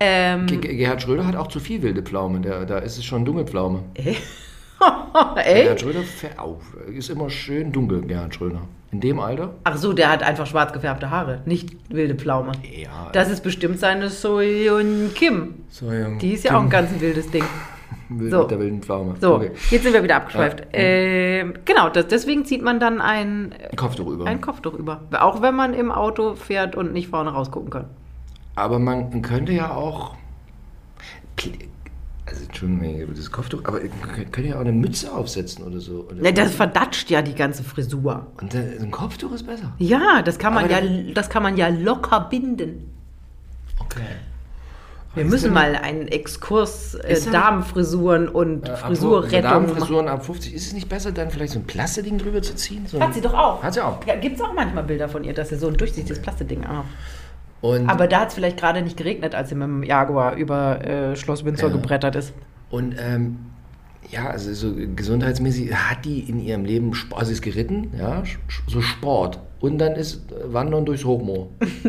Speaker 2: Ähm,
Speaker 1: Ge- Ge- Gerhard Schröder hat auch zu viel wilde Pflaume. Da, da ist es schon dunkle Pflaume.
Speaker 2: echt?
Speaker 1: Gerhard Schröder fäh- au, ist immer schön dunkel, Gerhard Schröder. In dem Alter?
Speaker 2: Ach so, der hat einfach schwarz gefärbte Haare, nicht wilde Pflaume.
Speaker 1: Ja.
Speaker 2: Das ist bestimmt seine Soyeon Kim.
Speaker 1: so, ja.
Speaker 2: Die ist ja auch ein ganz ein wildes Ding.
Speaker 1: Wild,
Speaker 2: so.
Speaker 1: Mit der wilden Pflaume.
Speaker 2: So,
Speaker 1: Okay.
Speaker 2: jetzt sind wir wieder abgeschweift. Ähm, genau, das, deswegen zieht man dann ein,
Speaker 1: Ein Kopftuch über.
Speaker 2: ein Kopftuch über. Auch wenn man im Auto fährt und nicht vorne rausgucken kann.
Speaker 1: Aber man könnte ja auch. Also, Entschuldigung, das Kopftuch, aber man könnte ja auch eine Mütze aufsetzen oder so. Oder
Speaker 2: Ne, Das verdatscht ja die ganze Frisur.
Speaker 1: Und dann, ein Kopftuch ist besser.
Speaker 2: Ja, das kann man
Speaker 1: Aber
Speaker 2: ja, das kann man ja locker binden.
Speaker 1: Okay.
Speaker 2: Wir
Speaker 1: Ist
Speaker 2: müssen
Speaker 1: denn-
Speaker 2: mal einen Exkurs äh,
Speaker 1: Ist Äh, denn-
Speaker 2: Damenfrisuren und Frisurrettung machen.
Speaker 1: Damenfrisuren ab 50. Ist es nicht besser, dann vielleicht so ein Plastiding drüber zu ziehen? So ein-
Speaker 2: Hat sie doch auch.
Speaker 1: Hat sie auch.
Speaker 2: Ja, gibt es auch manchmal Bilder von ihr, dass sie so ein durchsichtiges Plastikding anhat.
Speaker 1: Und,
Speaker 2: Aber da hat es vielleicht gerade nicht geregnet, als sie mit dem Jaguar über äh, Schloss Windsor
Speaker 1: Ja.
Speaker 2: gebrettert ist.
Speaker 1: und ähm, ja, also so gesundheitsmäßig hat die in ihrem Leben Sport, also sie ist geritten, ja, sch- so Sport. Und dann ist äh, Wandern durchs Hochmoor.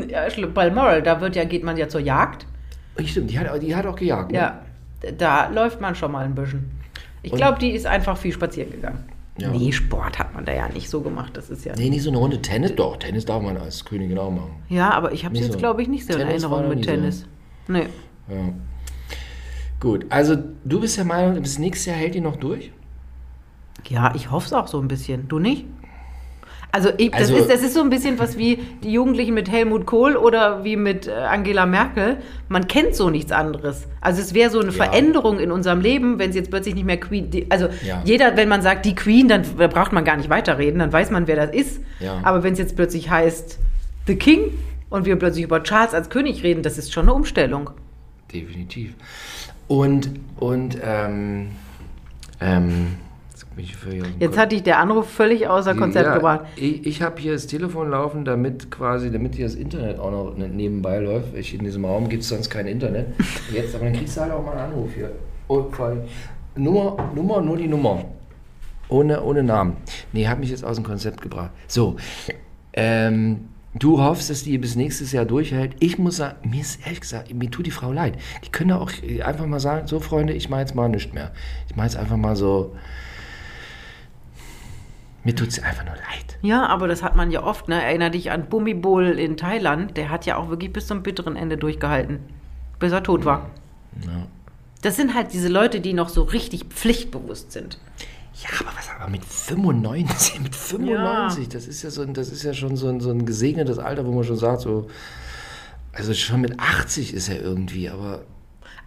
Speaker 2: ja, schlimm. Balmoral, da wird ja, geht man ja zur Jagd.
Speaker 1: Stimmt, die hat, die hat auch gejagt. ne?
Speaker 2: Ja, da läuft man schon mal ein bisschen. Ich
Speaker 1: Und-
Speaker 2: glaube, die ist einfach viel spazieren gegangen.
Speaker 1: Ja.
Speaker 2: Nee, Sport hat man da ja nicht so gemacht. Das ist ja.
Speaker 1: Nee, nicht so eine Runde Tennis. Doch, Tennis darf man als Königin auch machen.
Speaker 2: Ja, aber ich habe
Speaker 1: Nicht
Speaker 2: jetzt,
Speaker 1: so.
Speaker 2: glaube ich, nicht so in
Speaker 1: Tennis war
Speaker 2: Erinnerung
Speaker 1: noch
Speaker 2: mit
Speaker 1: nie so.
Speaker 2: Tennis. Nee.
Speaker 1: Ja. Gut, also du bist der Meinung, bis nächstes Jahr hält die noch durch?
Speaker 2: Ja, ich hoffe es auch so ein bisschen. Du nicht? Also, ich, das,
Speaker 1: Also-
Speaker 2: ist, das ist so ein bisschen was wie die Jugendlichen mit Helmut Kohl oder wie mit äh, Angela Merkel. Man kennt so nichts anderes. Also es wäre so eine Veränderung in unserem Leben, wenn es jetzt plötzlich nicht mehr Queen. Die, also
Speaker 1: Ja.
Speaker 2: jeder, wenn man sagt die Queen, dann f- braucht man gar nicht weiterreden, dann weiß man, wer das ist.
Speaker 1: Ja.
Speaker 2: Aber wenn es jetzt plötzlich heißt The King und wir plötzlich über Charles als König reden, das ist schon eine Umstellung.
Speaker 1: Definitiv. Und, und, ähm, ähm, jetzt bin ich völlig aus dem
Speaker 2: Jetzt
Speaker 1: Kopf.
Speaker 2: hat dich der Anruf völlig außer Konzept
Speaker 1: ja,
Speaker 2: gebracht.
Speaker 1: Ich, ich habe hier das Telefon laufen, damit quasi, damit hier das Internet auch noch nicht nebenbei läuft. Ich, in diesem Raum gibt es sonst kein Internet. Jetzt, aber dann kriegst du halt auch mal einen Anruf hier. Und vor allem, Nummer, Nummer, nur die Nummer. Ohne, ohne Namen. Nee, hat mich jetzt aus dem Konzept gebracht. So. Ähm, du hoffst, dass die bis nächstes Jahr durchhält. Ich muss sagen, mir ist ehrlich gesagt, mir tut die Frau leid. Die können ja auch äh, einfach mal sagen, so Freunde, ich mache jetzt mal nichts mehr. Ich mache jetzt einfach mal so. Mir tut sie einfach nur leid.
Speaker 2: Ja, aber das hat man ja oft, ne? Erinner dich an Bumibol in Thailand, der hat ja auch wirklich bis zum bitteren Ende durchgehalten, bis er tot war.
Speaker 1: Ja.
Speaker 2: Das sind halt diese Leute, die noch so richtig pflichtbewusst sind.
Speaker 1: Ja, aber was aber mit 95, mit 95, das ist ja so ein, das ist ja schon so ein, so ein gesegnetes Alter, wo man schon sagt, so, also schon mit 80 ist er irgendwie, aber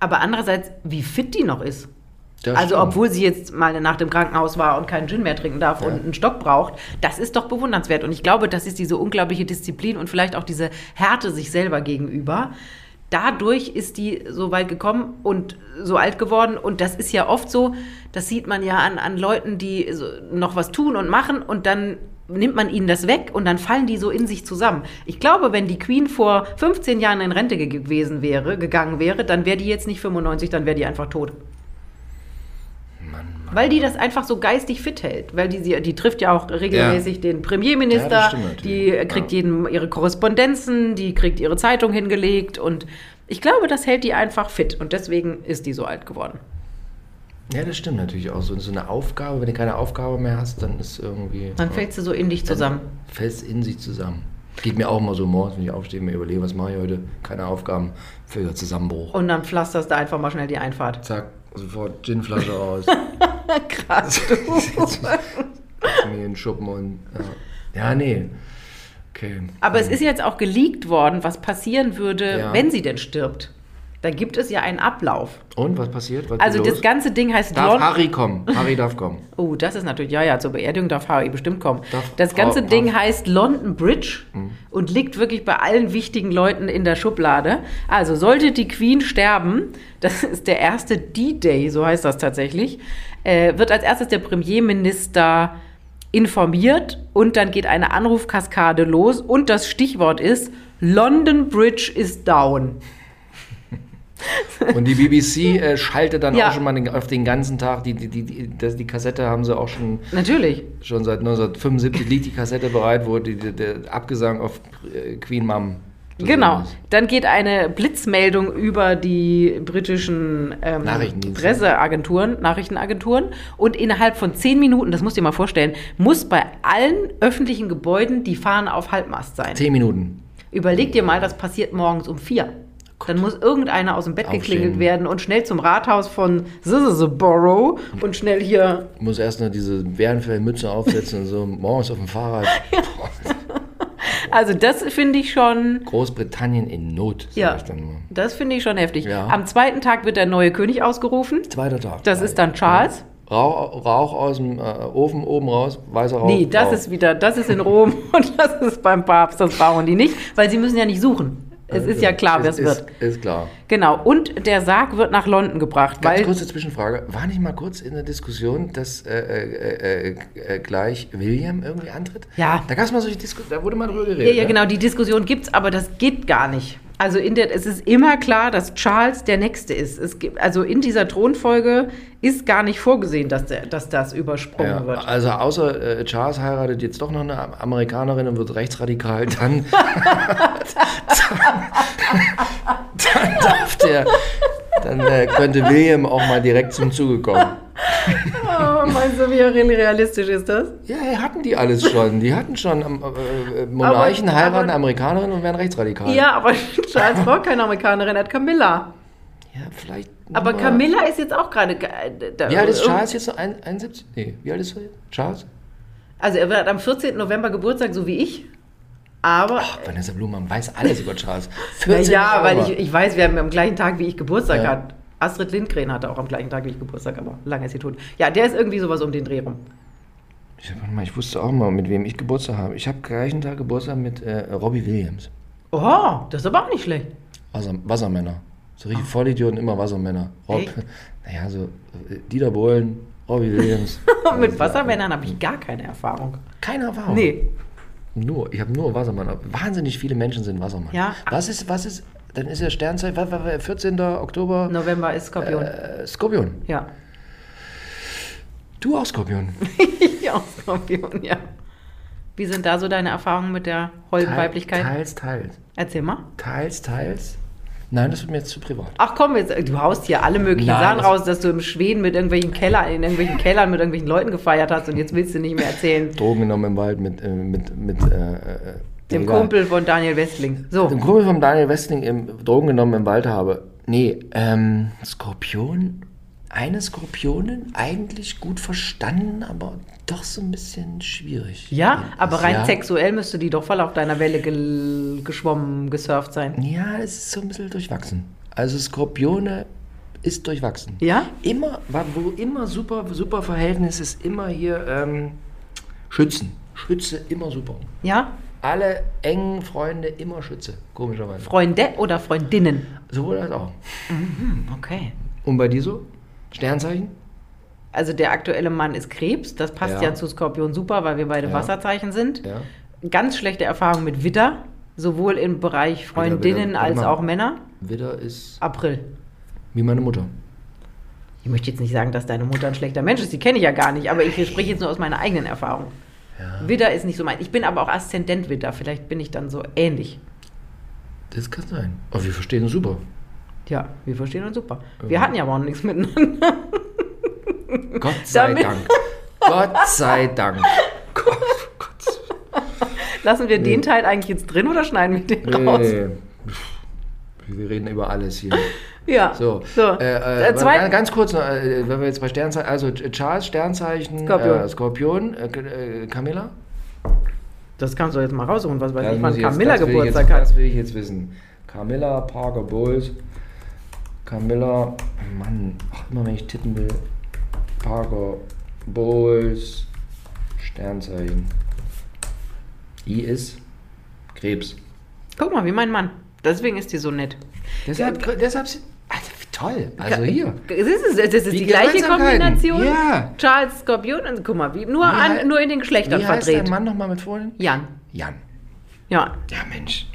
Speaker 2: Aber andererseits, wie fit die noch ist.
Speaker 1: das
Speaker 2: also,
Speaker 1: schon.
Speaker 2: obwohl sie jetzt mal eine Nacht im Krankenhaus war und keinen Gin mehr trinken darf und einen Stock braucht, das ist doch bewundernswert. Und ich glaube, das ist diese unglaubliche Disziplin und vielleicht auch diese Härte sich selber gegenüber. Dadurch ist die so weit gekommen und so alt geworden. Und das ist ja oft so, das sieht man ja an, an Leuten, die so noch was tun und machen und dann nimmt man ihnen das weg und dann fallen die so in sich zusammen. Ich glaube, wenn die Queen vor 15 Jahren in Rente ge- gewesen wäre, gegangen wäre, dann wäre die jetzt nicht 95, dann wäre die einfach tot. Weil die das einfach so geistig fit hält. Weil die, sie, die trifft ja auch regelmäßig den Premierminister,
Speaker 1: Ja, das stimmt
Speaker 2: die
Speaker 1: natürlich.
Speaker 2: kriegt
Speaker 1: Ja.
Speaker 2: jeden ihre Korrespondenzen, die kriegt ihre Zeitung hingelegt und ich glaube, das hält die einfach fit und deswegen ist die so alt geworden.
Speaker 1: Ja, das stimmt natürlich auch. So, so eine Aufgabe, wenn du keine Aufgabe mehr hast, dann ist irgendwie.
Speaker 2: Dann
Speaker 1: ja,
Speaker 2: fällt sie so in dich zusammen.
Speaker 1: Fällt in sich zusammen. Geht mir auch mal so morgens, wenn ich aufstehe, mir überlege, was mache ich heute? Keine Aufgaben. Völliger Zusammenbruch.
Speaker 2: Und dann pflasterst du einfach mal schnell die Einfahrt.
Speaker 1: Zack, sofort Ginflasche aus. mir
Speaker 2: Krass.
Speaker 1: in den Schuppen und. Ja, ja nee. Okay.
Speaker 2: Aber es ist jetzt auch geleakt worden, was passieren würde,
Speaker 1: Ja.
Speaker 2: wenn sie denn stirbt. Da gibt es ja einen Ablauf.
Speaker 1: Und was passiert? Was
Speaker 2: Also
Speaker 1: ist los?
Speaker 2: das ganze Ding heißt
Speaker 1: Darf
Speaker 2: Lon-
Speaker 1: Harry kommen? Harry darf kommen.
Speaker 2: Oh, das ist natürlich, ja, ja, zur Beerdigung darf Harry bestimmt kommen.
Speaker 1: Darf-
Speaker 2: das ganze
Speaker 1: Frau-
Speaker 2: Ding
Speaker 1: Frau-
Speaker 2: heißt London Bridge und liegt wirklich bei allen wichtigen Leuten in der Schublade. Also sollte die Queen sterben, das ist der erste D-Day, so heißt das tatsächlich, äh, wird als erstes der Premierminister informiert und dann geht eine Anrufkaskade los und das Stichwort ist London Bridge is down.
Speaker 1: Und die BBC äh, schaltet dann
Speaker 2: Ja.
Speaker 1: auch schon mal den, auf den ganzen Tag. Die, die, die, die, das, die Kassette haben sie auch schon
Speaker 2: Natürlich.
Speaker 1: Schon seit 1975 liegt die Kassette bereit, wo die, die, der Abgesang auf äh, Queen Mom. zu
Speaker 2: Genau.
Speaker 1: sehen ist.
Speaker 2: Dann geht eine Blitzmeldung über die britischen ähm,
Speaker 1: Nachrichtendienste.
Speaker 2: Presseagenturen, Nachrichtenagenturen. Und innerhalb von zehn Minuten, das musst du dir mal vorstellen, muss bei allen öffentlichen Gebäuden die Fahne auf Halbmast sein.
Speaker 1: Zehn Minuten.
Speaker 2: Überleg dir mal, das passiert morgens um vier. Dann muss irgendeiner aus dem Bett geklingelt
Speaker 1: Aufstehen.
Speaker 2: werden und schnell zum Rathaus von Sisseseborough und schnell hier.
Speaker 1: Muss erst noch diese Bärenfellmütze aufsetzen und so morgens auf dem Fahrrad.
Speaker 2: Also, das finde ich schon.
Speaker 1: Großbritannien in Not, sag
Speaker 2: Ja,
Speaker 1: ich dann mal.
Speaker 2: das finde ich schon heftig.
Speaker 1: Ja.
Speaker 2: Am zweiten Tag wird der neue König ausgerufen.
Speaker 1: Zweiter Tag.
Speaker 2: Das ist dann Charles.
Speaker 1: Rauch, Rauch aus dem äh, Ofen oben raus, weißer Rauch.
Speaker 2: Nee, das
Speaker 1: Rauch.
Speaker 2: ist wieder, das ist in Rom und das ist beim Papst, das brauchen die nicht, weil sie müssen ja nicht suchen. Es ist ja klar, wer es wird.
Speaker 1: Also, Äh, Ist, ist klar.
Speaker 2: Genau, und der Sarg wird nach London gebracht,
Speaker 1: Ganz
Speaker 2: weil
Speaker 1: kurze Zwischenfrage. War nicht mal kurz in der Diskussion, dass äh, äh, äh, äh, gleich William irgendwie antritt?
Speaker 2: Ja.
Speaker 1: Da gab es mal solche Diskussionen, da wurde mal drüber
Speaker 2: ja,
Speaker 1: geredet.
Speaker 2: ja,
Speaker 1: ne?
Speaker 2: genau, die Diskussion gibt's, aber das geht gar nicht. Also in der, es ist immer klar, dass Charles der Nächste ist. Es gibt, also in dieser Thronfolge ist gar nicht vorgesehen, dass, der, dass das übersprungen
Speaker 1: Ja,
Speaker 2: wird.
Speaker 1: also außer äh, Charles heiratet jetzt doch noch eine Am- Amerikanerin und wird rechtsradikal, dann, dann, dann darf der, dann äh, könnte William auch mal direkt zum Zuge kommen.
Speaker 2: Oh, meinst du, wie realistisch ist das?
Speaker 1: Ja, hey, hatten die alles schon. Die hatten schon ähm, äh, äh, Monarchen
Speaker 2: Aber-
Speaker 1: heiraten
Speaker 2: aber-
Speaker 1: Amerikanerinnen und werden rechtsradikal.
Speaker 2: Ja, aber Charles war keine Amerikanerin, er hat Camilla.
Speaker 1: ja vielleicht.
Speaker 2: Aber
Speaker 1: noch mal-
Speaker 2: Camilla ist jetzt auch gerade. ge- äh, da-
Speaker 1: Wie alt ist
Speaker 2: irgend-
Speaker 1: Charles jetzt? noch? Ein- 71? Nee, wie alt ist er jetzt? Charles?
Speaker 2: Also er wird am 14. November Geburtstag, so wie ich. Aber.
Speaker 1: Ach, Vanessa Blumann weiß alles über Charles.
Speaker 2: na
Speaker 1: 14
Speaker 2: ja,
Speaker 1: Jahre.
Speaker 2: weil ich, ich weiß, wer am gleichen Tag wie ich Geburtstag
Speaker 1: Ja.
Speaker 2: hat. Astrid Lindgren hatte auch am gleichen Tag wie ich Geburtstag, aber lange ist sie tot. Ja, der ist irgendwie sowas um den Dreh rum.
Speaker 1: Ich, warte mal, ich wusste auch mal, mit wem ich Geburtstag habe. Ich habe gleichen Tag Geburtstag mit äh, Robbie Williams.
Speaker 2: Oh, das ist aber auch nicht schlecht.
Speaker 1: Wasser, Wassermänner. So richtig Vollidioten, immer Wassermänner. Rob,
Speaker 2: Ah. Echt?
Speaker 1: naja, so äh, Dieter Bohlen, Robbie Williams.
Speaker 2: Mit Wassermännern habe ich gar keine Erfahrung.
Speaker 1: Keine Erfahrung.
Speaker 2: Nee.
Speaker 1: Nur, ich habe nur Wassermann. Wahnsinnig viele Menschen sind Wassermann.
Speaker 2: Ja.
Speaker 1: Was ist, was ist, dann ist ja Sternzeit, wa- wa- wa- 14. Oktober,
Speaker 2: November ist Skorpion.
Speaker 1: äh, Skorpion.
Speaker 2: Ja.
Speaker 1: Du auch Skorpion.
Speaker 2: ich auch Skorpion, ja. Wie sind da so deine Erfahrungen mit der
Speaker 1: Teil-
Speaker 2: Holzweiblichkeit?
Speaker 1: Teils, teils.
Speaker 2: Erzähl mal.
Speaker 1: Teils, teils. Nein, das wird mir jetzt zu privat.
Speaker 2: Ach komm, jetzt, du haust hier alle möglichen
Speaker 1: Nein,
Speaker 2: Sachen
Speaker 1: das-
Speaker 2: raus, dass du im Schweden mit irgendwelchen Keller, in irgendwelchen Kellern mit irgendwelchen Leuten gefeiert hast und jetzt willst du nicht mehr erzählen.
Speaker 1: Drogen genommen im Wald mit, äh, mit, mit äh, äh,
Speaker 2: Dem
Speaker 1: egal.
Speaker 2: Kumpel von Daniel Westling. So,
Speaker 1: Dem Kumpel von Daniel Westling im, Drogen genommen im Wald habe. Nee, ähm, Skorpion, eine Skorpionin, eigentlich gut verstanden, aber doch so ein bisschen schwierig.
Speaker 2: ja, aber rein
Speaker 1: Ja.
Speaker 2: sexuell müsste die doch voll auf deiner Welle gel- geschwommen, gesurft sein.
Speaker 1: Ja, es ist so ein bisschen durchwachsen. Also Skorpione ist durchwachsen.
Speaker 2: Ja?
Speaker 1: Immer, wa- wo immer super, super Verhältnis ist, immer hier ähm, Schützen. Schütze immer super.
Speaker 2: Ja?
Speaker 1: Alle engen Freunde immer Schütze, komischerweise.
Speaker 2: Freunde oder Freundinnen?
Speaker 1: Sowohl als auch.
Speaker 2: Okay.
Speaker 1: Und bei dir so? Sternzeichen?
Speaker 2: Also der aktuelle Mann ist Krebs. Das passt ja,
Speaker 1: Ja.
Speaker 2: zu Skorpion super, weil wir beide
Speaker 1: Ja.
Speaker 2: Wasserzeichen sind.
Speaker 1: Ja.
Speaker 2: Ganz schlechte Erfahrung mit Widder, sowohl im Bereich Freundinnen
Speaker 1: Widder.
Speaker 2: als
Speaker 1: Warte mal.
Speaker 2: auch Männer.
Speaker 1: Widder ist
Speaker 2: April.
Speaker 1: wie meine Mutter.
Speaker 2: Ich möchte jetzt nicht sagen, dass deine Mutter ein schlechter Mensch ist, die kenne ich ja gar nicht, aber ich spreche jetzt nur aus meiner eigenen Erfahrung. Widder ist nicht so mein. Ich bin aber auch Aszendent Widder, vielleicht bin ich dann so ähnlich.
Speaker 1: Das kann sein. Aber wir verstehen super.
Speaker 2: Ja, wir verstehen uns super.
Speaker 1: Genau.
Speaker 2: Wir hatten ja aber auch nichts miteinander.
Speaker 1: Gott sei
Speaker 2: Damit-
Speaker 1: Dank. Gott sei Dank. Gott, Gott.
Speaker 2: Lassen wir den Teil eigentlich jetzt drin oder schneiden wir den raus?
Speaker 1: Nee. Wir reden über alles hier.
Speaker 2: Ja.
Speaker 1: So, Äh,
Speaker 2: Der
Speaker 1: äh,
Speaker 2: zweite-
Speaker 1: ganz, ganz kurz, noch, äh, wenn wir jetzt bei Sternzeichen, also äh, Charles Sternzeichen,
Speaker 2: Skorpion.
Speaker 1: äh, Skorpion äh, K- äh, Camilla.
Speaker 2: das kannst du jetzt mal raussuchen, was weiß
Speaker 1: Das
Speaker 2: ich,
Speaker 1: muss
Speaker 2: wann
Speaker 1: ich jetzt-
Speaker 2: Camilla
Speaker 1: das will ich
Speaker 2: Geburtstag
Speaker 1: jetzt,
Speaker 2: hat.
Speaker 1: Das will ich jetzt wissen. Camilla Parker Bowles. Camilla, Mann, ach, immer wenn ich tippen will. Parker Bowles Sternzeichen. I ist Krebs.
Speaker 2: Guck mal, wie mein Mann. Deswegen ist die so nett.
Speaker 1: Deshalb, deshalb, sind- also, wie toll. Also hier.
Speaker 2: Das ist, das ist
Speaker 1: Wie
Speaker 2: die gleiche
Speaker 1: Gemeinsamkeiten.
Speaker 2: Kombination.
Speaker 1: Ja.
Speaker 2: Charles Skorpion und guck mal, wie, nur,
Speaker 1: hei-
Speaker 2: an, nur in den Geschlechtern
Speaker 1: Wie heißt dein
Speaker 2: verdreht.
Speaker 1: Mann nochmal mit Vorhin?
Speaker 2: Jan.
Speaker 1: Jan.
Speaker 2: Ja,
Speaker 1: Ja, Mensch.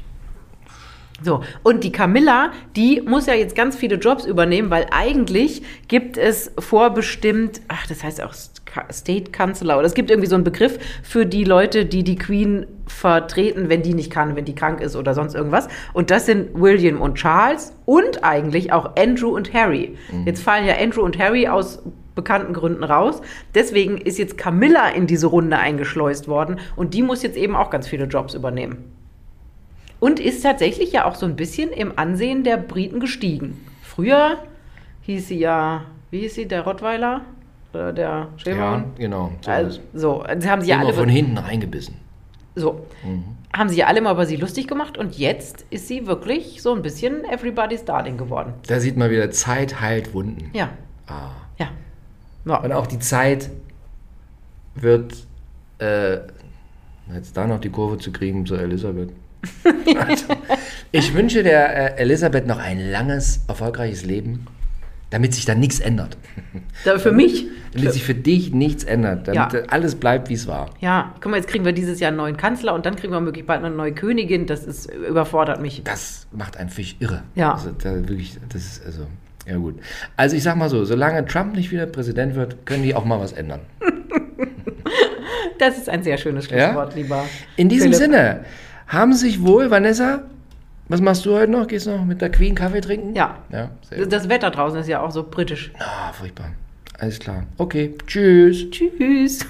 Speaker 2: So, und die Camilla, die muss ja jetzt ganz viele Jobs übernehmen, weil eigentlich gibt es vorbestimmt, ach, das heißt auch Ska- State Kanzler oder es gibt irgendwie so einen Begriff für die Leute, die die Queen vertreten, wenn die nicht kann, wenn die krank ist oder sonst irgendwas. Und das sind William und Charles und eigentlich auch Andrew und Harry. Jetzt fallen ja Andrew und Harry aus bekannten Gründen raus. Deswegen ist jetzt Camilla in diese Runde eingeschleust worden und die muss jetzt eben auch ganz viele Jobs übernehmen. Und ist tatsächlich ja auch so ein bisschen im Ansehen der Briten gestiegen. Früher hieß sie ja, wie hieß sie, der Rottweiler? Oder der
Speaker 1: Ja,
Speaker 2: Schäferhund?
Speaker 1: genau. So
Speaker 2: also,
Speaker 1: ist es.
Speaker 2: so, sie haben sie ja
Speaker 1: Immer
Speaker 2: alle.
Speaker 1: von Mhm. hinten reingebissen.
Speaker 2: So. Haben sie ja alle mal über sie lustig gemacht und jetzt ist sie wirklich so ein bisschen Everybody's Darling geworden.
Speaker 1: Da sieht man wieder, Zeit heilt Wunden.
Speaker 2: Ja.
Speaker 1: Ah.
Speaker 2: Ja. Ja.
Speaker 1: Und auch die Zeit wird, äh, jetzt da noch die Kurve zu kriegen zu Elisabeth. Also, ich wünsche der äh, Elisabeth noch ein langes, erfolgreiches Leben, damit sich da nichts ändert.
Speaker 2: Da, für mich.
Speaker 1: Damit sich für dich nichts ändert, damit
Speaker 2: Ja.
Speaker 1: äh, alles bleibt, wie es war.
Speaker 2: Ja, guck mal, jetzt kriegen wir dieses Jahr einen neuen Kanzler und dann kriegen wir möglicherweise bald eine neue Königin. Das ist, überfordert mich.
Speaker 1: Das macht einen Fisch irre.
Speaker 2: Ja.
Speaker 1: Also, da wirklich, das ist also, ja gut. Also ich sag mal so, solange Trump nicht wieder Präsident wird, können die auch mal was ändern.
Speaker 2: Das ist ein sehr schönes Schlusswort, lieber.
Speaker 1: In diesem
Speaker 2: Philipp.
Speaker 1: Sinne, haben Sie sich wohl, Vanessa? Was machst du heute noch? Gehst du noch mit der Queen Kaffee trinken?
Speaker 2: Ja.
Speaker 1: Ja, sehr
Speaker 2: Das-
Speaker 1: gut.
Speaker 2: Das Wetter draußen ist ja auch so britisch.
Speaker 1: Ah, furchtbar. Alles klar. Okay, tschüss.
Speaker 2: Tschüss.